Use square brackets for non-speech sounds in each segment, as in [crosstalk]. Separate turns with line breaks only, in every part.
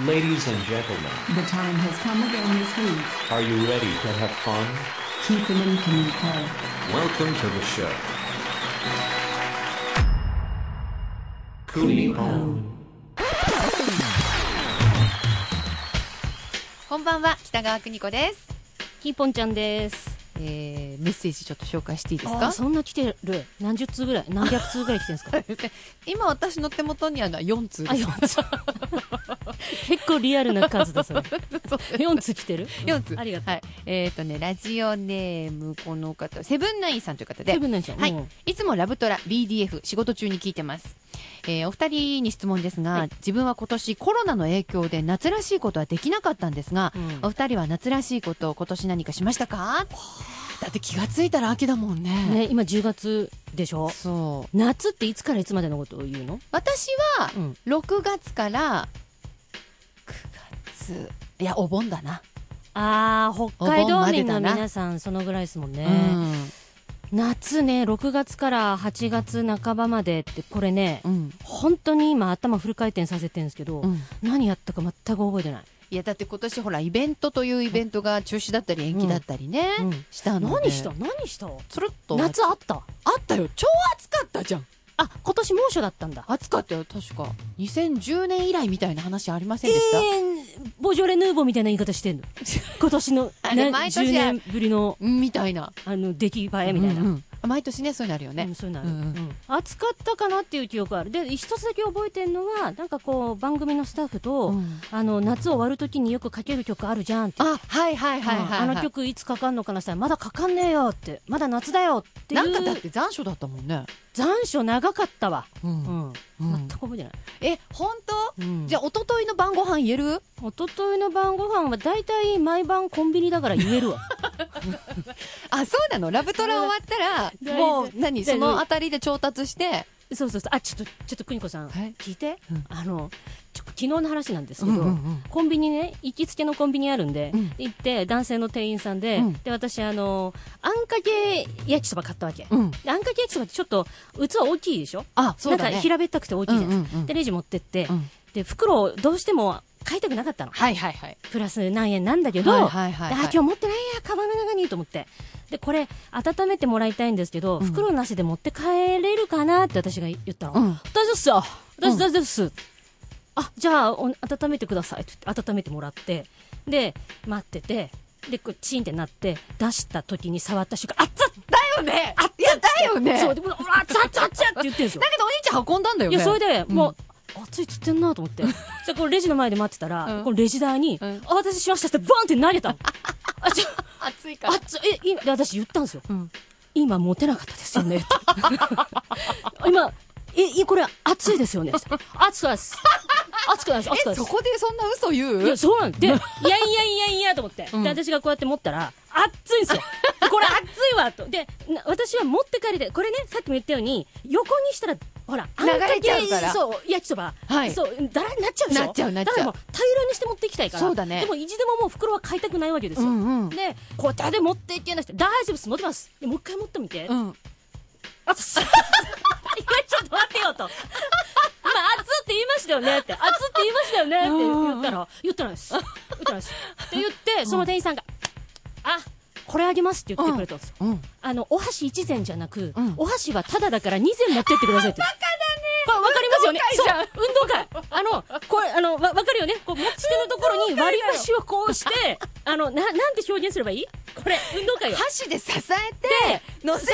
Ladies and gentlemen,
The time has come again this week.
are you ready to have fun?
Keep them in Kimiko.
Welcome to the show.
Kunihon.
こんばんは、北川邦子です。
キーポンちゃんです。
えー、メッセージちょっと紹介していいです
あ
か
ーそんな来てる。何十通ぐらい何百通ぐらい来てるんですか
今私の手元にあるのは4通
あ、
です。
4通。 [laughs] 結構リアルな数だ、それ。
そう
4通来てる
4通。
ありがとう
はい。えっ、とね、ラジオネーム、この方、セブンナインさんという方で
セ、ブンナインさん。
はい
もう
いつもラブトラ、BDF、仕事中に聞いてます。えーお二人に質問ですが、
はい
自分は今年コロナの影響で夏らしいことはできなかったんですが、
うん
お二人は夏らしいことを今年何かしましたかだって気がついたら秋だもんね。
ね、今10月でしょ。
そう。
夏っていつからいつまでのことを言うの
私は、
うん。
6月から9月いやお盆だな、
あー、北海道民の皆さん、そのぐらいですもんね。夏ね、6月から8月半ばまでって、これね、
うん、うん
本当に今頭フル回転させてるんですけど、
うん
何やったか全く覚えてない。
いやだって今年ほらイベントというイベントが中止だったり延期だったりね、
うん
したので
何した何した
つるっと
夏あった
あったよ超暑かったじゃん
あ、今年猛暑だったんだ。
暑かったよ確か2010年以来みたいな話ありませ
え
んでした、
えー、ボジョレ・ヌーボーみたいな言い方
[laughs]
してんの。今年の
あれ
な
毎年
10年ぶりの
うんみたいな
あの出来栄えみた
う
いな。
ん
う
うんん毎年ねそういうのあるよね、
そういうのある、
う
うんん
うん
暑かったかなっていう記憶ある。で、一つだけ覚えてるのは、なんかこう、番組のスタッフと、
うん
あの、夏終わるときによくかける曲あるじゃんって。
あはいはいはいはい、はい、
うんあの曲いつかかんのかなしたら、まだかかんねえよって。まだ夏だよっていう。
なんかだって残暑だったもんね、
残暑長かったわ。
うん
うん。
うん
全く覚えてない。
え本当
うん
じゃあ一昨日の晩ご飯言える
一昨日の晩ご飯は大体毎晩コンビニだから言え
[laughs]
るわ
あ、そうなのラブトラ終わったら、
大
もう
丈夫
何、
大
そ
丈夫
のあたりで調達して、
そうそうそうあちょっとちょっと邦子さん、
はい
聞いて、
うん
あのちょ昨日の話なんですけど、
うんうんうん
コンビニね行きつけのコンビニあるんで、
うん
行って男性の店員さんで、
うん
で私あのあんかけ焼きそば買ったわけ、
うん。
であんかけ焼きそばってちょっと器大きいでしょ
あ、そうだ
なん
ね。
か平べったくて大きいじゃない
うん
ですか、
うんうん
でレジ持ってって、
うん
で袋をどうしても買いたくなかったの
はいはいはい。
プラス何円なんだけど、
はいはいはいはい
であ今日持ってないや、カバンの中にと思って。で、これ、温めてもらいたいんですけど、
ん
袋なしで持って帰れるかなって私が言ったの。
うん
大丈夫っすよ
う
大丈
ん
夫大丈夫っす。あ、じゃあお、温めてくださいって言って温めてもらって、で、待ってて、で、こうチンってなって、出した時に触った瞬間、あっつっ
だよねあ、いや、だよね
そう、
だ
で、うわ、あっつあっつあっつって言ってるんですよ。
けどお兄ちゃん運んだんだよ
い
ね。
や、それで、
うん
もう、熱いっつってんなと思って。じゃあ、このレジの前で待ってたら、
うん
このレジ台に、
うん
あ、私しましたって、バンって投げたの。あ、ちょ、
暑いか
あ
ら
っ。つ、え、今、で私言ったんですよ。
ん
今、持てなかったですよね。って [laughs] 今、え、いこれ、熱いです [laughs] よね。って熱くないです。熱くないです。熱くな
え、
いで
そ
す。
こでそんな嘘言
いうや、そ
[laughs]
うなんで、いやいやいやいやと思って。
ん
で、私がこうやって持ったら、熱いんで
[laughs]
すよ。これ熱いわと。で、な私は持って帰りで、これね、さっきも言ったように、横にしたら、ほら、あん
流れちゃうから
そう、焼きそば。
はい
そう、だらになっちゃうでしょ
なっちゃうなっちゃう
だからもう、平らにして持っていきたいから。
そうだね
でも、意地でももう袋は買いたくないわけですよ。
うんうん
で、こうやってで持っていけなくて、大丈夫です、持ってます。でもう一回持ってみて。
うん。
あとすいや、ちょっと待ってよと。今、熱 [laughs] って言いましたよねって。熱って言いましたよねって言ったら、言ってないです。言ってないです。って言って、その店員さんが、あ、これあげますって言ってくれたんですよ。
うん。
あの、お箸1膳じゃなく
うん、
お箸はタダだから2膳持ってってくださいって。バカだねわかりますよねそう、運動会あの、これ、あの、わ、わかるよねこう、持ち手のところに割り箸をこう [laughs] して、あの、な、なんて表現すればいいこれ、運動会を。
箸で支えて、乗せて、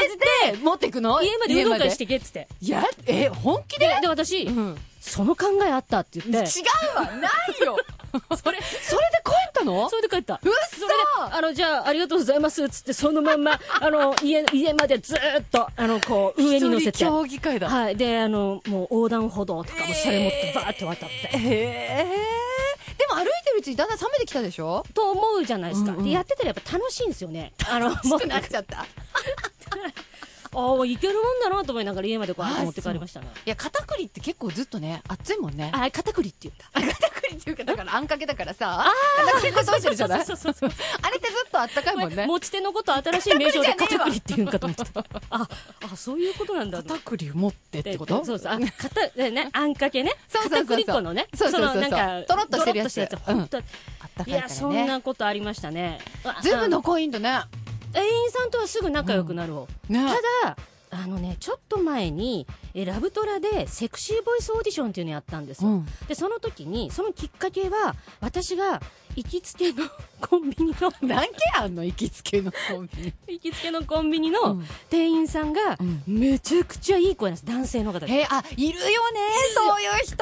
持ってくの
家まで運動会してけっつって。
いや、え、本気で
で、で、私、
うん。
その考えあったって
違
言って、
うわないよ
それ、
それで帰ったの
それで帰った。
うっ
それで、あの、じゃあ、ありがとうございます、つって、そのまん
[laughs]
ま、あの、家、家までずーっと、あの、こう、上に乗せて。
競技会だ。
はい。で、あの、もう横断歩道とかもそれ持ってバーって渡って。
へえ。でも歩いてるうちにだんだん冷めてきたでしょ
と思うじゃないですか。
うんうん
で、やってたらやっぱ楽しいんですよね。あの、もう、
なっちゃった。
ああ、いけるもんだなと思いながら家までこうやって持って帰りましたね。
いや、片栗って結構ずっとね、熱いもんね。
あ、片栗って言うんだ。
片栗っていうか、だから、あんかけだからさ、あんかけこうしてるじゃない
そうそうそうそう。
あれってずっとあったかいもんね。
持ち手のこと新しい名称で
片
片
栗
栗
じゃねえわ
って言うんかと思っ
[laughs]
てた。あ、あ、そういうことなんだ。
片栗持ってってこと
そうそう。あ、片、ねね、あんかけね。
そうそうそうそう
片栗粉のね。
そうそうそうそう
のなんか、
とろっとしてるやつ
とろっとしたやつ。本当
あったか
い
いから
や、そん
ね。
なことありましたね。
ずいぶん仲いいんだね。
あの店員さんとはすぐ仲良くなるを。
ね。
ただ、あのね、ちょっと前に、えラブトラでセクシーボイスオーディションっていうのやったんですよ。
うん
で、その時に、そのきっかけは、私が行きつけの [laughs] コンビニの、
何件あんの行きつけのコンビ
行きつけのコンビニ
う
の
ん
店員さんが
ん、
めちゃくちゃいい声なんです。男性の方
ニ。
で。
へえ、あ、いるよね、そういう人。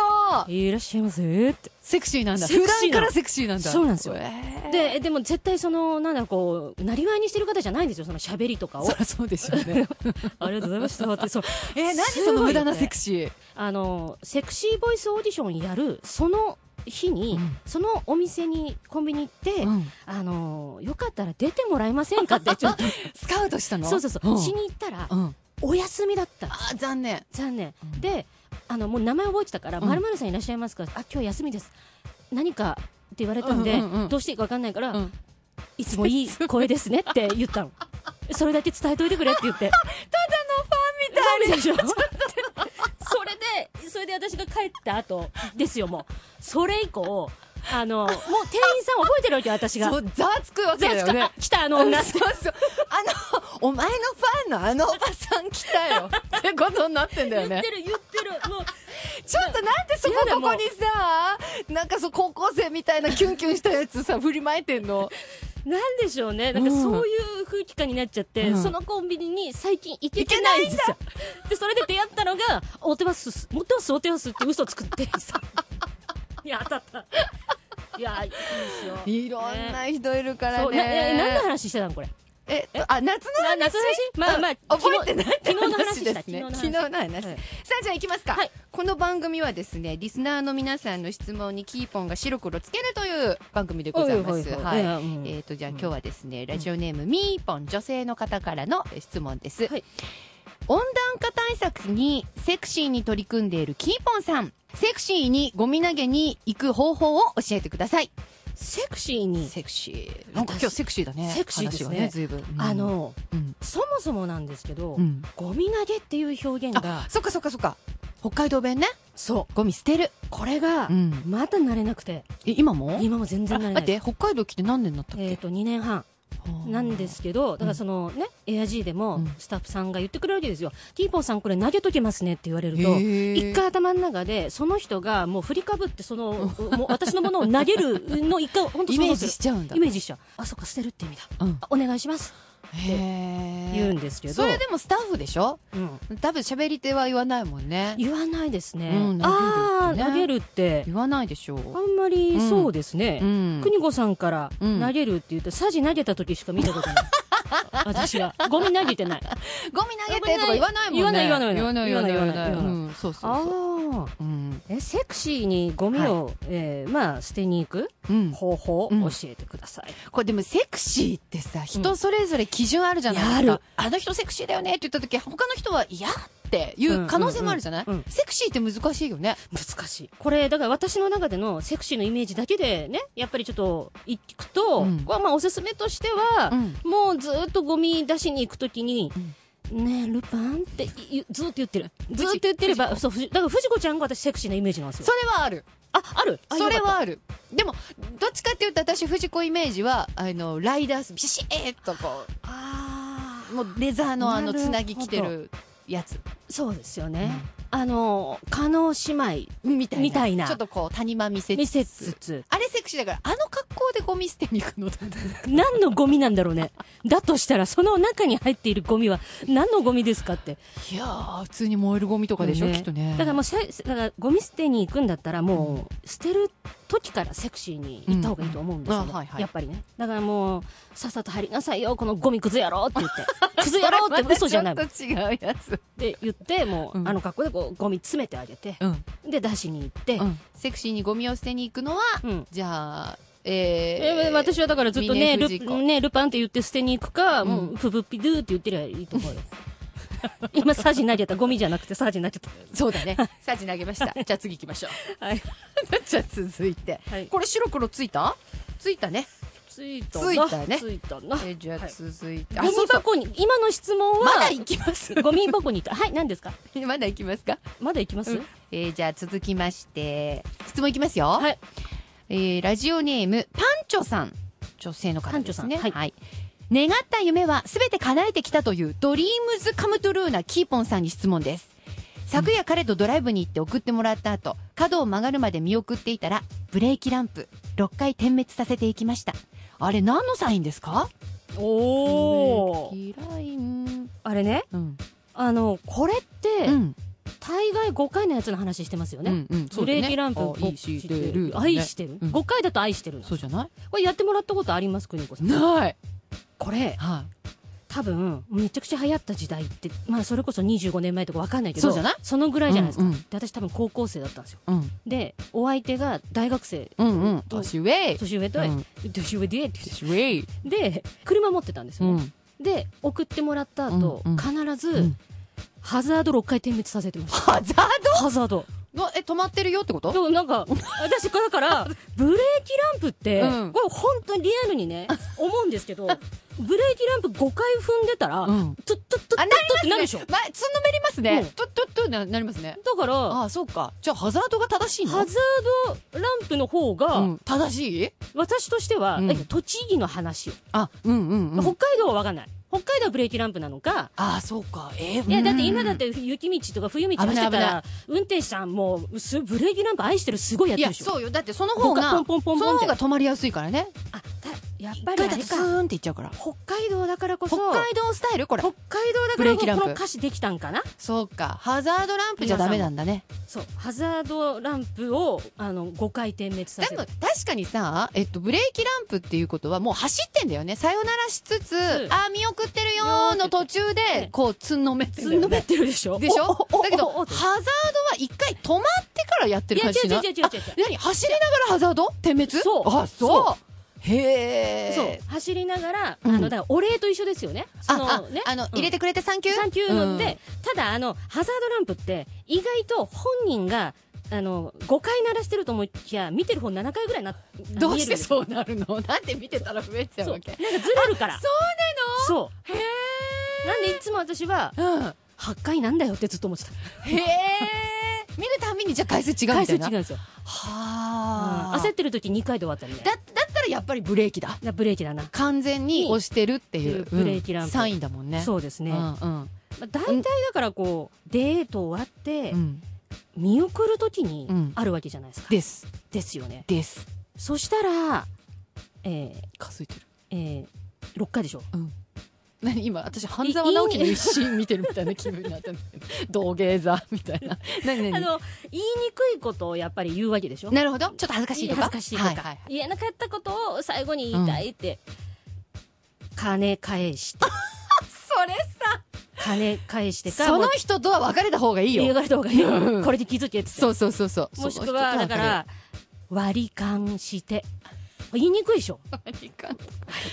いらっしゃいませって。
セクシーなんだ。
セ
普
ク
段
シーなの
からセクシーなんだ。
そうなんですよ
えー
で、でも絶対その、なんだこう、なりわいにしてる方じゃないんですよ、その喋りとかを
そ。りゃそうでしょうね。
[laughs] ありがとうございましたって、そう。
えー、何
すごい
その無駄なセクシー。
あの、セクシーボイスオーディションやる、その日に、
うん
そのお店に、コンビニ行って、
うん
あの、よかったら出てもらえませんかって、ちょっ
[laughs]
と、
スカウトしたの
そうそうそう、し
ん
に行ったら
う、ん。
お休みだったんです。
あー、残念。
残念。で、あの、もう名前覚えてたから、
うん
まるまるさんいらっしゃいますかあ、今日休みです。何かって言われたんで、
うんうんうん
どうしていいかわかんないから、
うん
いつもいい声ですねって言ったの。それだけ伝えといてくれって言って。ただのファンみたいでしょそれで、それで私が帰った後ですよ、もう。それ以降、あの、もう店員さん覚えてるわけよ、私が。
そう、ざわつくわけだよね
あ。来たあの女って
そうそう。あの、お前のファンのあのおばさん来たよ。 [laughs] ってことになってんだよ
言っ
ね
て。る、言ってる。もう、
ちょっとなんでそこ
いやで
こ
も
こにさ、なんかそう高校生みたいなキュンキュンしたやつさ、振りまいてん [laughs] の。
なんでしょうね。なんか
うん
そういう空気感になっちゃって、
うん
そのコンビニに最近行けてないんですよ。で、それで出会ったのが、おてますす、持ってます、おてますって嘘作ってさ。 [laughs] いや、当たった。いや、いいですよ。
いろんな人いるから
そうな、え、何の
ね。
話してたのこれ。
え、あ、夏の
あ
話
夏の話まあまあ、
覚えてないって
昨日の話で
ですす
ね
ね。。
昨
[laughs] 昨
日
日
の
の
話。
話。
はい
さあ、じゃあ行きますか
はい。
この番組はですね、リスナーの皆さんの質問にキーポンが白黒つけるという番組でございます。
おいおいおい
はい
いやうん。
えっと、じゃあ今日はですね、ラジオネームみーぽん女性の方からの質問です
はい。
温暖化対策にセクシーに取り組んでいるキーポンさん。セクシーにゴミ投げに行く方法を教えてください。
セクシーに、
セクシー。
なんか今日セ
クシーだね
セクシーですね
ずいぶん。
あ、の、
うん。
そもそもなんですけど、
うん
ゴミ投げっていう表現が
あ、、そっかそっかそっか。北海道弁ね。
そ
ゴミ捨てる。
う、これが
う、ん。
まだ慣れなくて、
え、今も
今も全然慣れ
あ
な
待
い
っ
で
て、
す。
北海道来て何年になったっ
えっ
け。
と、2年半。なんですすけど、だからそのね、エア G で
う
も
ん
スタッフさんが言ってくれるわけですよ。ティーポンさんこれ投げとけますねって言われる
へ
と、
ー
一回頭の中で、その人がもう振りかぶって、その、もう私のものを投げるの一回、本当
イメージしちゃうんだ
イ。メージしちゃう。あ、そっか、捨てるって意味だ。
うん
あお願いします。
へ
言うん
え。
ですけど。
それでもスタッフでしょ
うん
多分喋り手は言わないもんね。
言わないですね。
うん投げる
あ
ってね
あ、投げるって。
言わないでしょ
あんまりそうですね。
うん。
邦子さんから
うん
投げるって言って、サジ投げた時しか見たこと
[laughs]
ない。私は。ゴミ投げてない。
ゴミ投げてとか言わないもんね。
言わない言わない
言わない言わない
言
言わ
わな
ない。
い言わない
うん、そうそうそう。
ああ。
うん。
え、セクシーにゴミを、えーまあ、捨てに行く
うん。
方法を
うん
教えてください。
これでもセクシーってさ、人それぞれ基準あるじゃないです
や
か。あの人セクシーだよねって言った時、他の人は嫌っていう可能性もあるじゃない
うんうんうん
セクシーって難しいよね。
難しい。これ、だから私の中でのセクシーのイメージだけでね、やっぱりちょっと、行くと、
うん
まあまあ、おすすめとしては、
うん
もうずっとゴミ出しに行くときに、ねえ、ルパンってい、いずっと言ってる。ずっと言ってれば、そう、藤だから藤子ちゃんが私セクシーなイメージなんですよ
そ。れはある。
あ、あるあ
それ
よかっ
はある。でも、どっちかっていうと私、藤子イメージは、あの、ライダース、ビシッとこ
たあ
う、もうレザーのあの、
なるほ
つ
ど
なぎ着てるやつ、
ーそうですよね。あの、加納姉
みたいな。
みたいな
ちょっとこう、谷間見せ
妹
つ
見せ
つ
つ。つ、
あれセクシーだから、あの格好でゴミ捨てに行くのだね。
何のゴミなんだろうね。だとしたら、その中に入っているゴミは何のゴミですかって。
いやー、普通に燃えるゴミとかでしょ、きっとね。
だからもうせ、だからゴミ捨てに行くんだったら、もう、捨てる時からセクシーに行った方がいいと思うんですよ、ね
うんあはいはい
やっぱりね。だからもう、さっさと入りなさいよ、このゴミクズ野郎って言って。クズ野郎って嘘
[laughs]
じゃないもん。っ
ちょっと違うやつ。
て言って、もう、
うん
あの格好でこう、ゴミ詰めてあげて、
うん。
で、出しに行って、
うん。セクシーにゴミを捨てに行くのは、
うん
じゃあ、
え
えー、
私はだからずっとね
峰藤
ル
子、
ね、ルパンって言って捨てに行くか、も
う
う、プブピドゥって言ってりゃいいと思うよ。 [laughs] 今、サジ投げた。ゴミじゃなくてサジ投げた。
そう
[laughs]
だね。サジ投げました。じゃあ次行きましょう。 [laughs]
はい。
じゃあ続いて、
はい
これ白黒ついたついたね
ついた
ついたね
ついたな。
えじゃあ
はい
続いて、
ゴミ箱に、今の質問は、
まだ行きます
ゴミ箱にいた。はい、何ですか
[laughs] まだ行きますか、
まだ行きます、
えーじゃあ続きまして質問いきますよ、
はい。
えーラジオネームパンチョさん女性の方ですね
パンチョさんはい
願った夢は全て叶えてきたというドリームズカムトゥルーなキーポンさんに質問です昨夜彼とドライブに行って送ってもらった後角を曲がるまで見送っていたらブレーキランプ6回点滅させていきましたあれ何のサインですか
お
ブ
ー。
レーキライン
あれね、
うん
あの、これって、
うん
大概5回のやつの話してますよね。
うんうんそう
ブ
だ
レ
ね
ーキランプを
愛してる
愛してる、
うん
?5 回だと愛してるの。
そうじゃない
これやってもらったことあります、邦子さん。
ない
これ、
はい
多分、めちゃくちゃ流行った時代って、まあ、それこそ25年前とかわかんないけど、
そうじゃない
そのぐらいじゃないですか。
うんうん
で、私多分高校生だったんですよ。
うん
で、お相手が大学生、
うんうん年上
年上と、
うん
年上で、
年上
で、車持ってたんです
う
よね。
ん
で、送ってもらった後、
うんうん
必ず、
うん
ハザード6回点滅させてました。
ハザー
ハザード。
ドのえ止まってるよってこ
で
と
もなんか、私、だ
[laughs]
から、ブレーキランプって、
うん
これ本当にリアルにね、思うんです
[laughs]
けど、ブレーキランプ5回踏んでたら、
うん
トゥットゥットゥットゥットゥってなるでしょ。だ
まつんのめります
う
ね
ん
とっとっとななりますね
から、
ああそうかじゃあハザードが正しいの
ハザードランプの方が、
うん正しい
私としては、
うん
え栃木の話よ、
あうんうんうん
北海道は分かんない。北海道はブレーキランプなのか、
ああそうかえー
いや、だって
うん
今だって雪道とか冬道走って
危ない
た
危ない
ら、運転手さんもう、すブレーキランプ愛してるすごいやっ
い
てるで
や
しょ。
そうよだってその方が
ポ
そ
ンポンポンポ
の
ンポンって
方が止まりやすいからね
あ、たやっ
一
ぱ
回
り
だ
あ
と
れ
ス
か。
ーンっていっちゃうから
北海道だからこそ、
北海道スタイルこれ
北海道だ
ブ
か
レ
ら
ーキランプ
この歌詞できたんかな
そうかハザードランプじゃダメなんだね
そうハザードランプをあの5回点滅させ
で
る
も確かにさ、えっと、ブレーキランプっていうことはもう走ってんだよねさよならしつつ
ん
あー見送ってるよーの途中で
ね
こうつんのめってんだ
つん
よ
のめ
ね
ってるでしょ
でし
お
ょ
おお
だけど
おお
ハザードは一回止まってからやってる感じしない
いや違う違う違う違う違う
あ何走りながらハザード点滅
そう
あ
そ
そうへえ
そう走りながら、
うん
あのだからお礼と一緒ですよねその
ああ,、
ね
あの
うん
入れてくれてサンキュー
サンキューので、
うん
ただあのハザードランプって意外と本人があの5回鳴らしてると思いきや見てる方7回ぐらいな
どうして
う
そうなるのなんで見てたら増えちゃう
そうな
わ
んか
け
ずれるから
そう
そうなんでいつも私は
なのへ
8回なんだよってずっと思ってた
え、うん、へえ見るたびにじゃあ回数違うみ
回
たい
数違うん
なは
ですよ、うん
あ、
焦ってる時2回で終わったりね
だだったらやっぱりブレーキだ
なブレーキだな
完全に押してるっていう
ブレーキランプ
うんサインだもんね
そうですね、
うん
ま
うん
あ、大体だからこう、デート終わって、
うん
見送るときに
うん
あるわけじゃないですか、
です
ですよね
です
そしたらえー、
数えてる
えー、6回でしょ
何今私半沢直樹の一シーン見てるみたいな気分にな
[laughs]
ってる道芸座みたいな何
あ
何
の言いにくいことをやっぱり言うわけでしょ
なるほどちょっと恥ずかしいとか
恥ずかしいとか、
はいはい
言えなかったことを最後に言いたいって、金返 [laughs] して
それさ
金返してか
そ
も
の
う
人とは別れた方がいい
言
よ
われた方がいいよ
うん
これで気づけって
そうそうそうそう
もしくは
[laughs]
だから割り勘して言いにくいでしょ割り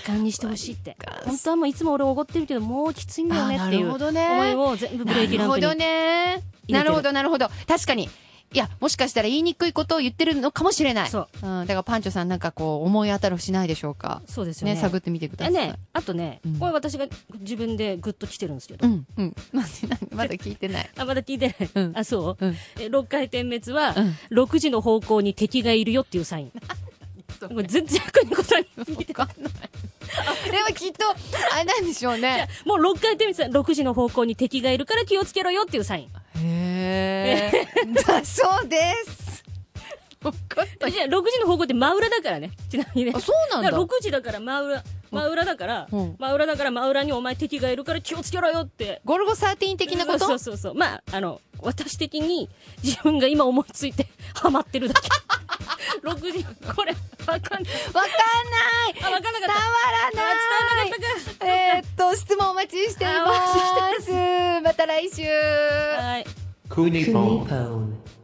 勘にしてほしいって
割り勘
本当はもういつも俺おごってるけどもうきついんだよねってい
あーな
う
るほ
思
どね
いを全部ブレーキランプに
なるほどね
入れてる
なるほどなるほど確かにいやもしかしたら言いにくいことを言ってるのかもしれない
そう、
ん、だからパンチョさんなんかこう思い当たるしないでしょうか
そうですよ
ね
ね
探ってみてくださ
で
い
ねあとね
うん
これ私が自分でグッと来てるんですけ
う
ど
んうん待ってまだ聞いてない
あまだ聞いてない、
うん
[laughs] あそう、
うん
え6回点滅は、
うん
6時の方向に敵がいるよっていうサイ
[laughs]
ンこれ全然邦子さんに
分かんないでもきっとあれなんでしょうね
もう6回点滅は6時の方向に敵がいるから気をつけろよっていうサイン
へえ [laughs] だそうです分かった
じゃあ6時の方向って真裏だからねちなみにね
あそうなんだ
だから6時だから真裏真裏だから、
うん
真裏だから真裏にお前敵がいるから気をつけろよって
ゴルゴ13的なこと
そうそうそうそうまああの私的に自分が今思いついてハマってるだけ [laughs] 6時これわかんない
わかんない
あわかんなかっ
伝
た
わらない
あ伝わらなかったか
えー、っと質問お待ちしてい
あお
ま
待ち
すまた来週
はい
Kunipon.
Kunipone.